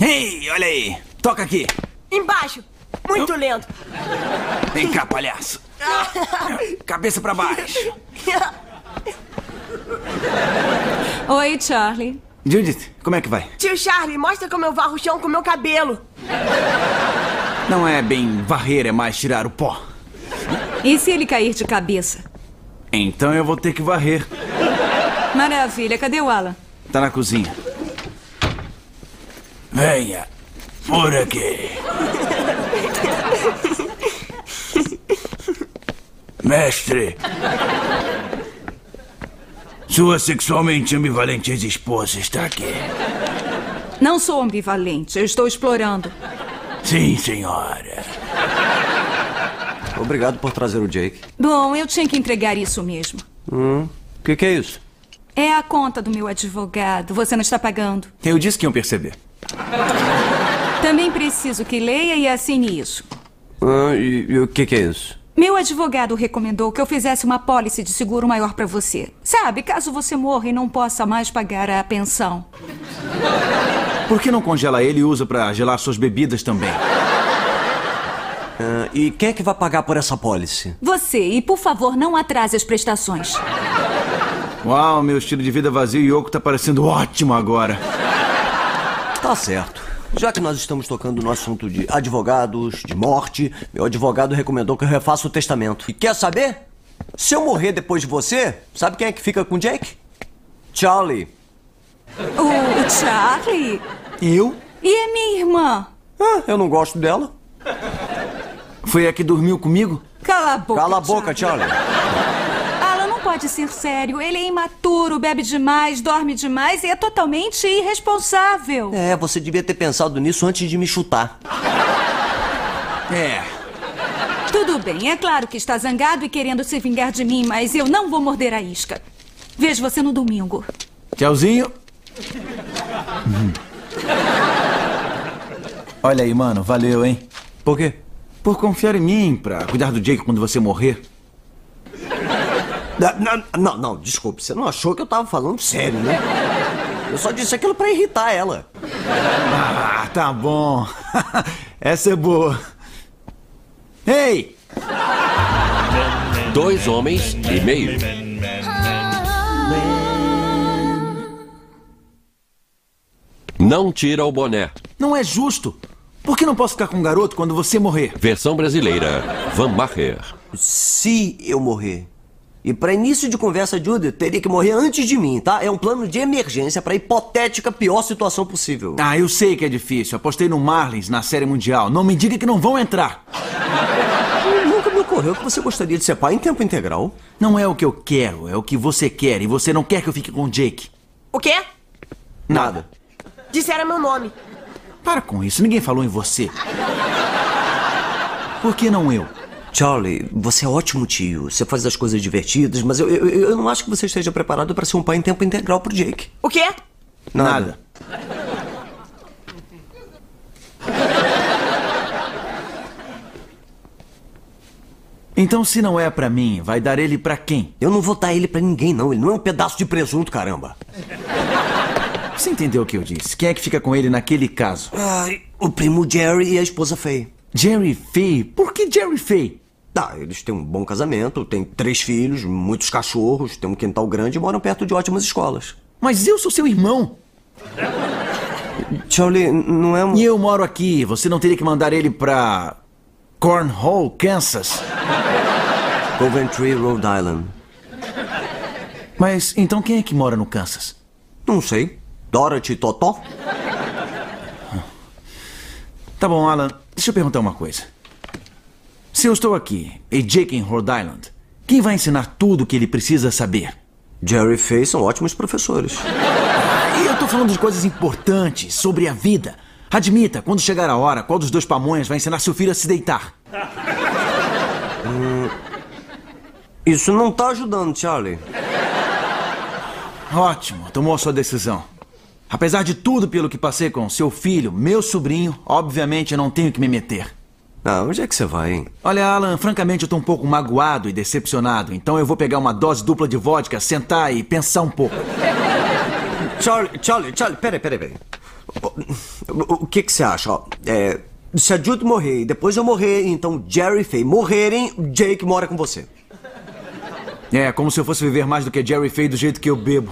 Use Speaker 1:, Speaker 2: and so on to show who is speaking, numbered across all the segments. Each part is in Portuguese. Speaker 1: Ei, olha aí. Toca aqui.
Speaker 2: Embaixo! Muito lento!
Speaker 1: Vem cá, palhaço. Cabeça pra baixo.
Speaker 3: Oi, Charlie.
Speaker 1: Judith, como é que vai?
Speaker 2: Tio Charlie, mostra como eu varro o chão com meu cabelo!
Speaker 1: Não é bem varrer, é mais tirar o pó.
Speaker 3: E se ele cair de cabeça?
Speaker 1: Então eu vou ter que varrer.
Speaker 3: Maravilha, cadê o Alan?
Speaker 1: Tá na cozinha. Venha. Por aqui. Mestre. Sua sexualmente ambivalente esposa está aqui.
Speaker 3: Não sou ambivalente, eu estou explorando.
Speaker 1: Sim, senhora.
Speaker 4: Obrigado por trazer o Jake.
Speaker 3: Bom, eu tinha que entregar isso mesmo.
Speaker 4: O que, que é isso?
Speaker 3: É a conta do meu advogado, você não está pagando.
Speaker 1: Eu disse que iam perceber.
Speaker 3: Também preciso que leia e assine isso.
Speaker 4: Ah, e, e o que, que é isso?
Speaker 3: Meu advogado recomendou que eu fizesse uma pólice de seguro maior para você. Sabe, caso você morra e não possa mais pagar a pensão.
Speaker 1: Por que não congela ele e usa pra gelar suas bebidas também?
Speaker 4: Ah, e quem é que vai pagar por essa pólice?
Speaker 3: Você, e por favor, não atrase as prestações.
Speaker 1: Uau, meu estilo de vida vazio e oco tá parecendo ótimo agora.
Speaker 4: Tá certo. Já que nós estamos tocando no assunto de advogados, de morte, meu advogado recomendou que eu refaça o testamento. E quer saber? Se eu morrer depois de você, sabe quem é que fica com o Jake? Charlie.
Speaker 3: O, o Charlie?
Speaker 1: Eu?
Speaker 3: E a minha irmã?
Speaker 4: Ah, eu não gosto dela.
Speaker 1: Foi a que dormiu comigo?
Speaker 3: Cala a boca.
Speaker 4: Cala a boca, Charlie.
Speaker 3: Alan não pode ser sério. Ele é imaturo, bebe demais, dorme demais e é totalmente irresponsável.
Speaker 4: É, você devia ter pensado nisso antes de me chutar.
Speaker 1: É.
Speaker 3: Tudo bem, é claro que está zangado e querendo se vingar de mim, mas eu não vou morder a isca. Vejo você no domingo.
Speaker 1: Tchauzinho. Hum. Olha aí, mano, valeu, hein?
Speaker 4: Por quê?
Speaker 1: Por confiar em mim pra cuidar do Jake quando você morrer.
Speaker 4: Não, Não, não, não, desculpe, você não achou que eu tava falando sério, né? Eu só disse aquilo pra irritar ela.
Speaker 1: Ah, tá bom. Essa é boa. Ei!
Speaker 5: Dois homens e meio. Não tira o boné.
Speaker 1: Não é justo. Por que não posso ficar com um garoto quando você morrer?
Speaker 5: Versão brasileira. Van Maher.
Speaker 4: Se eu morrer. E pra início de conversa, Judith teria que morrer antes de mim, tá? É um plano de emergência pra hipotética pior situação possível.
Speaker 1: Ah, eu sei que é difícil. Apostei no Marlins na Série Mundial. Não me diga que não vão entrar.
Speaker 4: Nunca me ocorreu que você gostaria de ser pai em tempo integral.
Speaker 1: Não é o que eu quero, é o que você quer. E você não quer que eu fique com o Jake.
Speaker 2: O quê?
Speaker 4: Nada.
Speaker 2: Disseram meu nome.
Speaker 1: Para com isso, ninguém falou em você. Por que não eu?
Speaker 4: Charlie, você é ótimo tio. Você faz as coisas divertidas, mas eu, eu, eu não acho que você esteja preparado pra ser um pai em tempo integral pro Jake.
Speaker 2: O quê?
Speaker 1: Nada. Então, se não é pra mim, vai dar ele pra quem?
Speaker 4: Eu não vou dar ele pra ninguém, não. Ele não é um pedaço de presunto, caramba.
Speaker 1: Você entendeu o que eu disse? Quem é que fica com ele naquele caso?
Speaker 4: Ai, o primo Jerry e a esposa Faye.
Speaker 1: Jerry Fay? Por que Jerry Fay?
Speaker 4: Tá, eles têm um bom casamento, têm três filhos, muitos cachorros, têm um quintal grande e moram perto de ótimas escolas.
Speaker 1: Mas eu sou seu irmão.
Speaker 4: Charlie, n- não é um.
Speaker 1: E eu moro aqui. Você não teria que mandar ele pra. Cornhole, Kansas.
Speaker 4: Coventry, Rhode Island.
Speaker 1: Mas então quem é que mora no Kansas?
Speaker 4: Não sei. Dorothy Totó?
Speaker 1: Tá bom, Alan, deixa eu perguntar uma coisa. Se eu estou aqui e Jake em Rhode Island, quem vai ensinar tudo o que ele precisa saber?
Speaker 4: Jerry e Faye são ótimos professores.
Speaker 1: E eu tô falando de coisas importantes sobre a vida. Admita, quando chegar a hora, qual dos dois pamonhas vai ensinar seu filho a se deitar?
Speaker 4: Isso não tá ajudando, Charlie.
Speaker 1: Ótimo, tomou a sua decisão. Apesar de tudo pelo que passei com seu filho, meu sobrinho, obviamente eu não tenho que me meter.
Speaker 4: Ah, onde é que você vai, hein?
Speaker 1: Olha, Alan, francamente eu tô um pouco magoado e decepcionado, então eu vou pegar uma dose dupla de vodka, sentar e pensar um pouco.
Speaker 4: Charlie, Charlie, Charlie, peraí, peraí, peraí. O, o que que você acha? ó? É, se a Jude morrer e depois eu morrer, então Jerry e Faye morrerem, Jake mora com você.
Speaker 1: É, como se eu fosse viver mais do que Jerry Fay do jeito que eu bebo.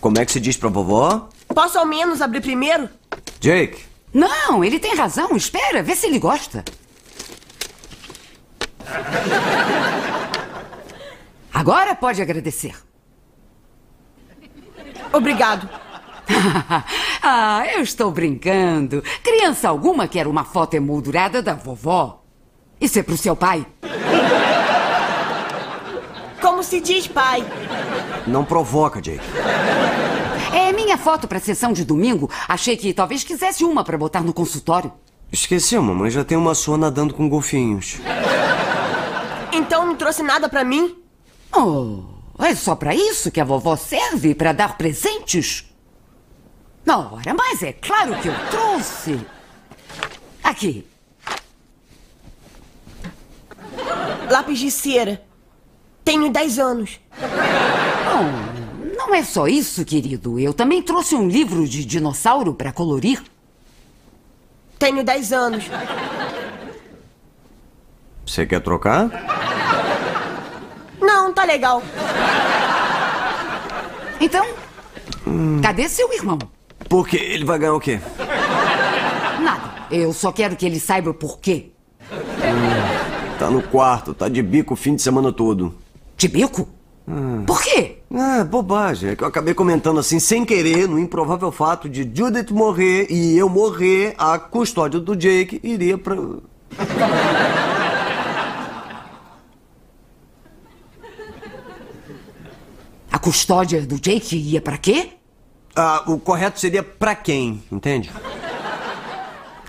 Speaker 4: Como é que se diz pra vovó?
Speaker 2: Posso ao menos abrir primeiro?
Speaker 4: Jake,
Speaker 6: Não, ele tem razão. Espera, vê se ele gosta. Agora pode agradecer.
Speaker 2: Obrigado.
Speaker 6: ah, eu estou brincando. Criança alguma quer uma foto emoldurada da vovó. Isso é pro seu pai.
Speaker 2: Como se diz, pai?
Speaker 4: não provoca, Jake.
Speaker 6: É minha foto pra sessão de domingo. Achei que talvez quisesse uma pra botar no consultório.
Speaker 4: Esqueci, mamãe, já tem uma sua nadando com golfinhos.
Speaker 2: Então não trouxe nada pra mim?
Speaker 6: Oh, é só pra isso que a vovó serve pra dar presentes? Na hora, mas é claro que eu trouxe. Aqui.
Speaker 2: Lápis de cera. Tenho 10 anos.
Speaker 6: Oh, não é só isso, querido. Eu também trouxe um livro de dinossauro pra colorir.
Speaker 2: Tenho 10 anos.
Speaker 4: Você quer trocar?
Speaker 2: Não, tá legal.
Speaker 6: Então, cadê seu irmão?
Speaker 4: Porque ele vai ganhar o quê?
Speaker 6: Nada. Eu só quero que ele saiba o porquê.
Speaker 4: Tá no quarto, tá de bico o fim de semana todo.
Speaker 6: De bico? Por quê?
Speaker 4: Ah, bobagem. É que eu acabei comentando assim, sem querer, no improvável fato de Judith morrer e eu morrer, a custódia do Jake iria pra.
Speaker 6: A custódia do Jake ia pra quê?
Speaker 4: Ah, o correto seria pra quem, entende?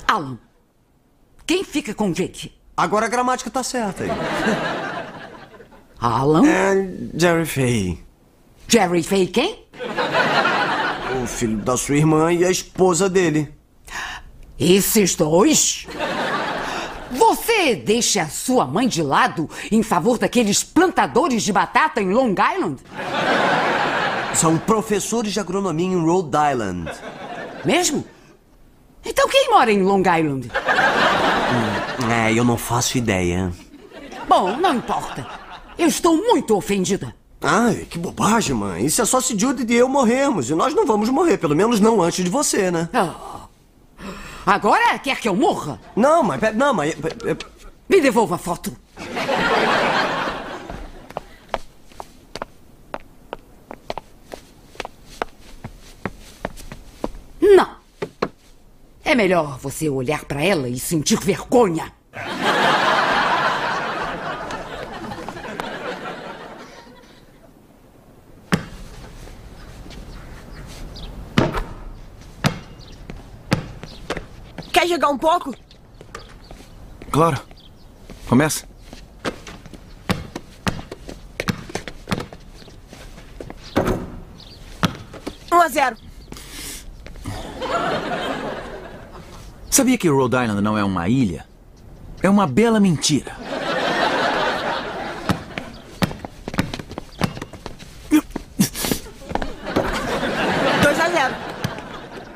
Speaker 6: Alan. Quem fica com o Jake?
Speaker 4: Agora a gramática tá certa aí.
Speaker 6: Alan?
Speaker 4: É, Jerry Fay.
Speaker 6: Jerry Fay quem?
Speaker 4: O filho da sua irmã e a esposa dele.
Speaker 6: Esses dois? Você deixa a sua mãe de lado em favor daqueles plantadores de batata em Long Island?
Speaker 4: São professores de agronomia em Rhode Island.
Speaker 6: Mesmo? Então quem mora em Long Island?
Speaker 4: É, eu não faço ideia.
Speaker 6: Bom, não importa. Eu estou muito ofendida.
Speaker 4: Ai, que bobagem, mãe. Isso é só se Judith e eu morrermos. E nós não vamos morrer, pelo menos não antes de você, né?
Speaker 6: Ah. Agora quer que eu morra?
Speaker 4: Não, mãe, pe- não, mãe. pe- pe-
Speaker 6: Me devolva a foto. Não. É melhor você olhar pra ela e sentir vergonha.
Speaker 2: Quer jogar um pouco?
Speaker 1: Claro. Começa.
Speaker 2: Um a zero.
Speaker 1: Sabia que Rhode Island não é uma ilha? É uma bela mentira.
Speaker 2: Dois a zero.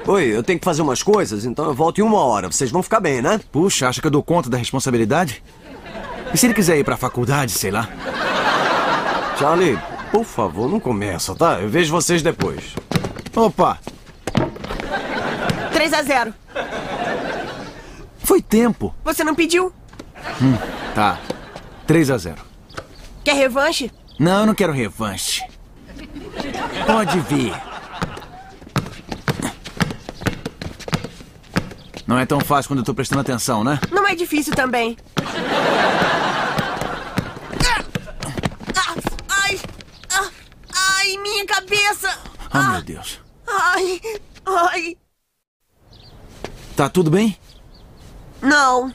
Speaker 4: Oi, eu tenho que fazer umas coisas, então eu volto em uma hora. Vocês vão ficar bem, né?
Speaker 1: Puxa, acha que eu dou conta da responsabilidade? E se ele quiser ir pra faculdade, sei lá?
Speaker 4: Charlie, por favor, não começa, tá? Eu vejo vocês depois.
Speaker 1: Opa,
Speaker 2: Três a zero.
Speaker 1: foi tempo.
Speaker 2: Você não pediu?
Speaker 1: Tá, 3 a 0.
Speaker 2: Quer revanche?
Speaker 1: Não, eu não quero revanche. Pode vir. Não é tão fácil quando eu tô prestando atenção, né?
Speaker 2: Não é difícil também. Ah! Ah! Ai! Ah! Ai, minha cabeça!
Speaker 1: Ah, meu Deus.
Speaker 2: Ai! Ai!
Speaker 1: Tá tudo bem?
Speaker 2: Não,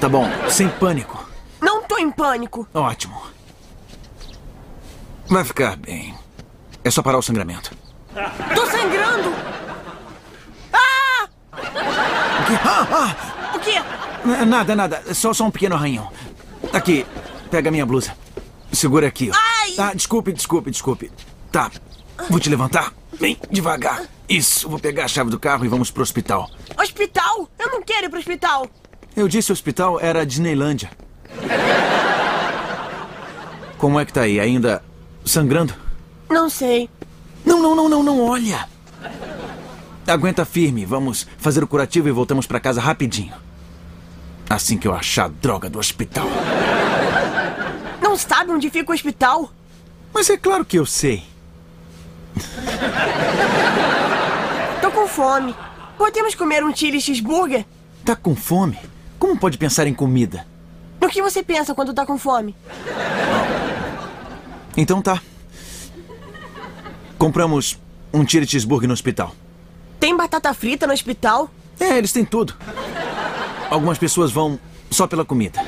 Speaker 1: Tá bom, sem pânico.
Speaker 2: não tô em pânico.
Speaker 1: Ótimo. Vai ficar bem. É só parar o sangramento.
Speaker 2: Tô sangrando! Ah!
Speaker 1: O quê? Ah, ah!
Speaker 2: O quê?
Speaker 1: N- Nada, nada. Só, só um pequeno arranhão. Tá Aqui, pega minha blusa. Segura aqui. ó.
Speaker 2: Ai!
Speaker 1: Ah, desculpe, desculpe, desculpe. Tá, Vou te levantar bem devagar. Isso, vou pegar a chave do carro e vamos pro hospital.
Speaker 2: Hospital? Eu não quero ir pro hospital.
Speaker 1: Eu disse o hospital era a Disneylândia. Como é que tá aí? Ainda sangrando?
Speaker 2: Não sei.
Speaker 1: Não, não, não, não, não, olha! Aguenta firme, vamos fazer o curativo e voltamos pra casa rapidinho. Assim que eu achar a droga do hospital.
Speaker 2: Não sabe onde fica o hospital?
Speaker 1: Mas é claro que eu sei.
Speaker 2: Tô com fome. Podemos comer um chili cheeseburger?
Speaker 1: Tá com fome? Como pode pensar em comida?
Speaker 2: No que você pensa quando tá com fome?
Speaker 1: Então tá. Compramos um tira cheeseburger no hospital.
Speaker 2: Tem batata frita no hospital?
Speaker 1: É, eles têm tudo. Algumas pessoas vão só pela comida.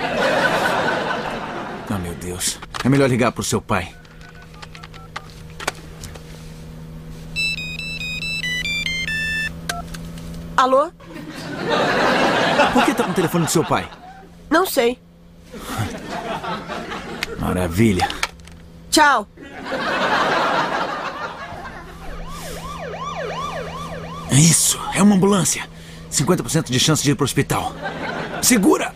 Speaker 1: Ah, meu Deus. É melhor ligar pro seu pai.
Speaker 2: Alô?
Speaker 1: Por que tá com o telefone do seu pai?
Speaker 2: Não sei.
Speaker 1: Maravilha.
Speaker 2: Tchau.
Speaker 1: É Isso, é uma ambulância. 50% de chance de ir pro hospital. Segura!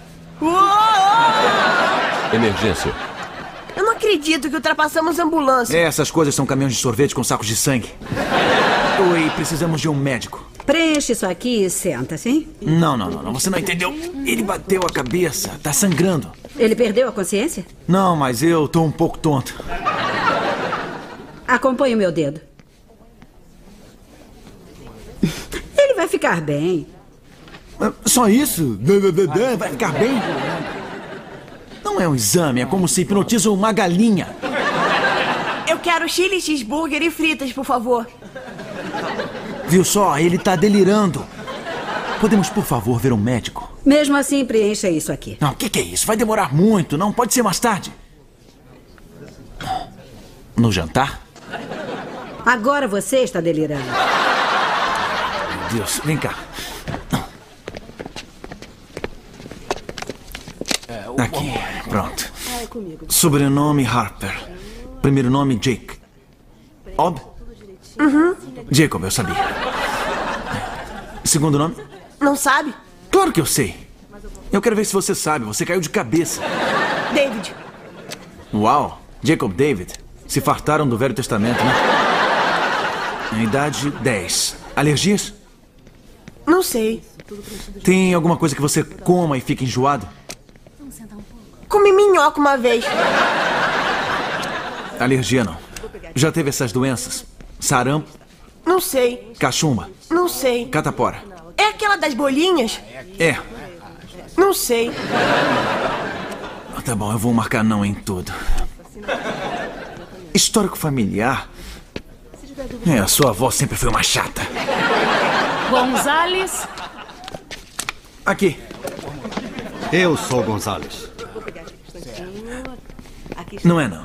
Speaker 5: Emergência.
Speaker 2: Eu não acredito que ultrapassamos a ambulância.
Speaker 1: É, Essas coisas são caminhões de sorvete com sacos de sangue. Oi, precisamos de um médico.
Speaker 7: Preenche isso aqui e senta-se, hein?
Speaker 1: Não, não, não, não, você não entendeu. Ele bateu a cabeça, tá sangrando.
Speaker 7: Ele perdeu a consciência?
Speaker 1: Não, mas eu tô um pouco tonto.
Speaker 7: Acompanhe o meu dedo. Ele vai ficar bem.
Speaker 1: Ah, Só isso? Dã, dã, dã, dã, Vai ficar bem? Não é um exame, é como se hipnotiza uma galinha.
Speaker 2: Eu quero chili cheeseburger e fritas, por favor.
Speaker 1: Viu só? Ele tá delirando. Podemos, por favor, ver um médico?
Speaker 7: Mesmo assim, preencha isso aqui.
Speaker 1: Não, o que, que é isso? Vai demorar muito, não? Pode ser mais tarde. No jantar?
Speaker 7: Agora você está delirando.
Speaker 1: Meu Deus, vem cá. Aqui, pronto. Sobrenome Harper. Primeiro nome Jake. Ob? Jacob, eu sabia. Segundo nome?
Speaker 2: Não sabe?
Speaker 1: Claro que eu sei. Eu quero ver se você sabe. Você caiu de cabeça.
Speaker 2: David,
Speaker 1: Uau, Jacob David. Se fartaram do Velho Testamento, né? Idade 10. Alergias?
Speaker 2: não sei.
Speaker 1: Tem alguma coisa que você coma e fica enjoado?
Speaker 2: Comi minhoca uma vez.
Speaker 1: Alergia não. Já teve essas doenças? Sarampo,
Speaker 2: Não sei.
Speaker 1: cachumba,
Speaker 2: Não sei.
Speaker 1: catapora.
Speaker 2: É aquela das bolinhas?
Speaker 1: É.
Speaker 2: Não sei.
Speaker 1: Tá bom, eu vou marcar não em tudo. Histórico familiar? É, a sua avó sempre foi uma chata.
Speaker 8: Gonzales,
Speaker 1: Aqui.
Speaker 9: Eu sou Gonzales.
Speaker 1: Não é não.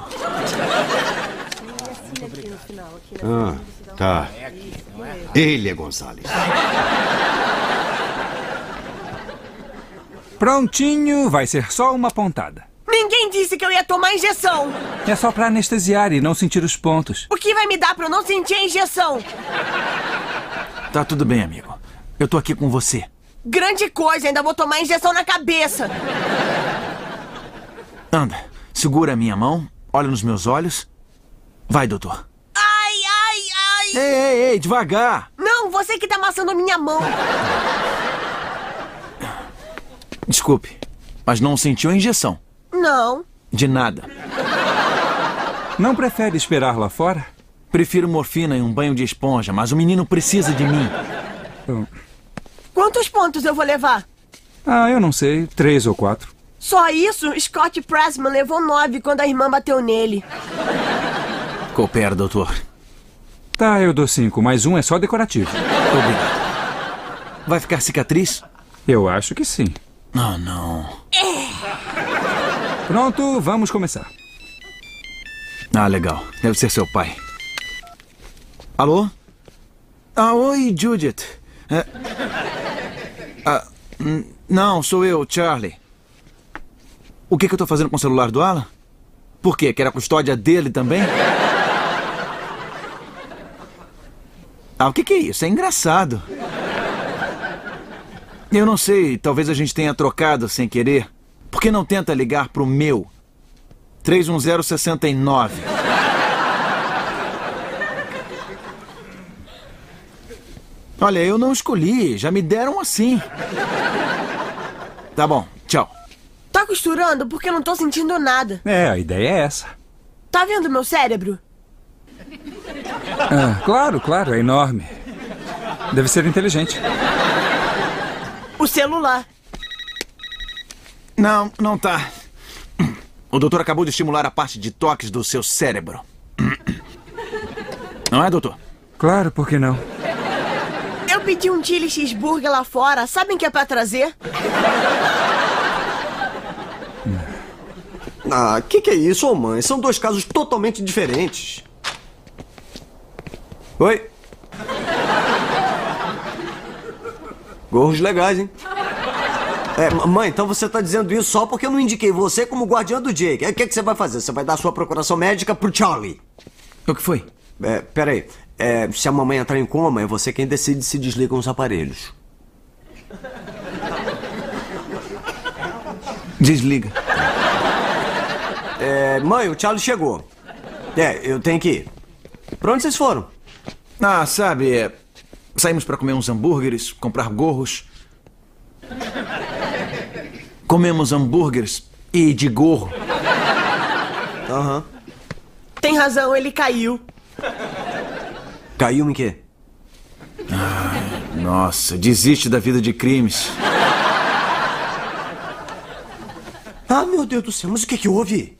Speaker 9: Tá. Ele é Gonzales.
Speaker 10: Prontinho, vai ser só uma pontada.
Speaker 2: Ninguém disse que eu ia tomar injeção.
Speaker 10: É só pra anestesiar e não sentir os pontos.
Speaker 2: O que vai me dar pra eu não sentir a injeção?
Speaker 1: Tá tudo bem, amigo. Eu tô aqui com você.
Speaker 2: Grande coisa, ainda vou tomar injeção na cabeça.
Speaker 1: Anda, segura a minha mão, olha nos meus olhos. Vai, doutor.
Speaker 2: Ai, ai, ai.
Speaker 1: Ei, ei, ei, devagar.
Speaker 2: Não, você que tá amassando a minha mão.
Speaker 1: Desculpe, mas não sentiu a injeção.
Speaker 2: Não.
Speaker 1: De nada.
Speaker 10: Não prefere esperar lá fora?
Speaker 1: Prefiro morfina e um banho de esponja, mas o menino precisa de mim.
Speaker 10: Hum,
Speaker 2: Quantos pontos eu vou levar?
Speaker 10: Ah, eu não sei, três ou quatro.
Speaker 2: Só isso, Scott Pressman levou nove quando a irmã bateu nele.
Speaker 1: Coopera, doutor.
Speaker 10: Tá, eu dou cinco, mas um é só decorativo.
Speaker 1: Obrigado. Vai ficar cicatriz?
Speaker 10: Eu acho que sim.
Speaker 1: Ah, não.
Speaker 10: Pronto, vamos começar.
Speaker 1: Ah, legal. Deve ser seu pai. Alô? Ah, oi, Judith. É- Ah, n- não, sou eu, Charlie. O que, que eu tô fazendo com o celular do Alan? Por quê? Que era a custódia dele também? Ah, o que, que é isso? É engraçado. Eu não sei, talvez a gente tenha trocado sem querer. Por que não tenta ligar pro meu? 31069. Olha, eu não escolhi, já me deram assim. Tá bom, tchau.
Speaker 2: Tá costurando porque eu não tô sentindo nada.
Speaker 10: É, a ideia é essa.
Speaker 2: Tá vendo meu cérebro?
Speaker 10: Ah, claro, claro, é enorme. Deve ser inteligente.
Speaker 2: O celular.
Speaker 1: Não, não tá. O doutor acabou de estimular a parte de toques do seu cérebro. Não é, doutor?
Speaker 10: Claro, por que não?
Speaker 2: Eu pedi um chili cheeseburger lá fora. Sabem que é pra trazer?
Speaker 4: Ah, que que é isso, ô mãe? São dois casos totalmente diferentes. Oi? Gorros legais, hein? É, ma- mãe, então você tá dizendo isso só porque eu não indiquei você como guardião do Jake. Aí O que, que você vai fazer? Você vai dar a sua procuração médica pro Charlie.
Speaker 1: O que foi?
Speaker 4: É, peraí. É, se a mamãe entrar em coma, é você quem decide se desligam os aparelhos.
Speaker 1: Desliga.
Speaker 4: É, mãe, o Charlie chegou. É, eu tenho que ir. Pra onde vocês foram?
Speaker 1: Ah, sabe, é, saímos pra comer uns hambúrgueres, comprar gorros. Comemos hambúrgueres e de gorro.
Speaker 4: Aham.
Speaker 2: Tem razão, ele caiu.
Speaker 4: Caiu em quê?
Speaker 1: Nossa, desiste da vida de crimes.
Speaker 4: Ah, meu Deus do céu, mas o que que houve?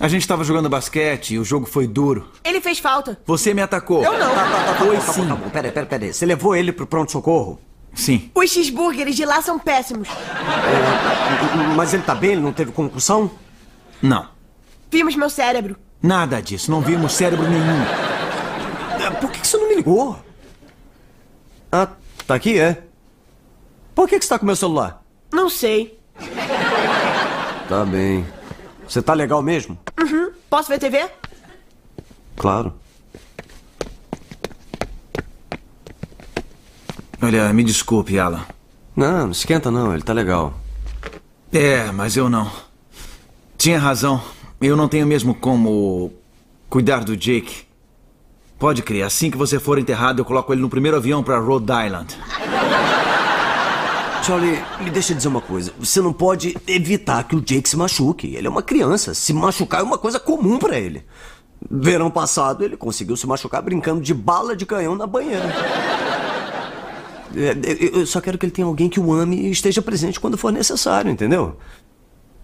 Speaker 1: A gente tava jogando basquete e o jogo foi duro.
Speaker 2: Ele fez falta.
Speaker 1: Você me atacou.
Speaker 2: Eu não.
Speaker 1: Foi
Speaker 4: Tá
Speaker 1: sim.
Speaker 4: bom, tá bom, peraí, peraí, peraí. Você levou ele pro pronto-socorro?
Speaker 1: Sim.
Speaker 2: Os cheeseburgers de lá são péssimos.
Speaker 4: Mas ele tá bem? Ele não teve concussão?
Speaker 1: Não.
Speaker 2: Vimos meu cérebro.
Speaker 1: Nada disso. Não vimos cérebro nenhum.
Speaker 4: É, Por que que você não me ligou? Ah, tá aqui, é? Por que que você tá com meu celular?
Speaker 2: Não sei.
Speaker 4: Tá bem. Você tá legal mesmo?
Speaker 2: Uhum. Posso ver TV?
Speaker 4: Claro.
Speaker 1: Olha, me desculpe, Alan.
Speaker 4: Não, não esquenta não, ele tá legal.
Speaker 1: É, mas eu não. Tinha razão. Eu não tenho mesmo como cuidar do Jake. Pode crer, assim que você for enterrado, eu coloco ele no primeiro avião pra Rhode Island.
Speaker 4: Charlie, me deixa dizer uma coisa. Você não pode evitar que o Jake se machuque. Ele é uma criança. Se machucar é uma coisa comum pra ele. Verão passado, ele conseguiu se machucar brincando de bala de canhão na banheira. É, Eu eu só quero que ele tenha alguém que o ame e esteja presente quando for necessário, entendeu?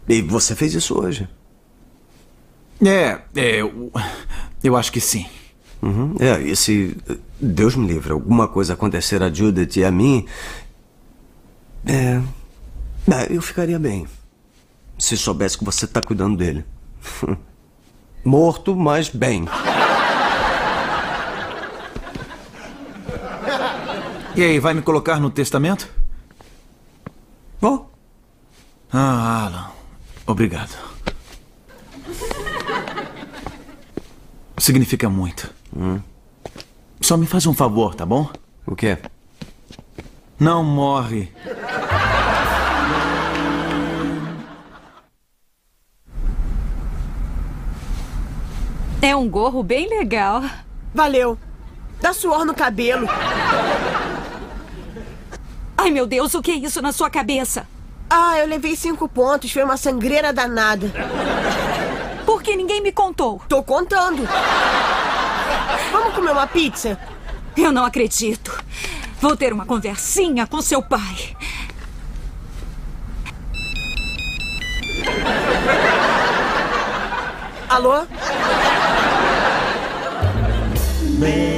Speaker 4: E você fez isso hoje.
Speaker 1: É, é, eu, eu acho que sim.
Speaker 4: Uhum. É, e se Deus me livre, alguma coisa acontecer a Judith e a mim. É. é, eu ficaria bem. Se soubesse que você tá cuidando dele. Morto, mas bem.
Speaker 1: E aí, vai me colocar no testamento?
Speaker 4: Bom,
Speaker 1: Ah, Alan, obrigado. Significa muito. Só me faz um favor, tá bom?
Speaker 4: o quê?
Speaker 1: Não morre.
Speaker 3: É um gorro bem legal.
Speaker 2: Valeu. Dá suor no cabelo.
Speaker 3: Ai, meu Deus, o que é isso na sua cabeça?
Speaker 2: Ah, eu levei cinco pontos. Foi uma sangreira danada.
Speaker 3: Por que ninguém me contou?
Speaker 2: Tô contando. Vamos comer uma pizza?
Speaker 3: Eu não acredito. Vou ter uma conversinha com seu pai.
Speaker 2: Alô?
Speaker 8: Make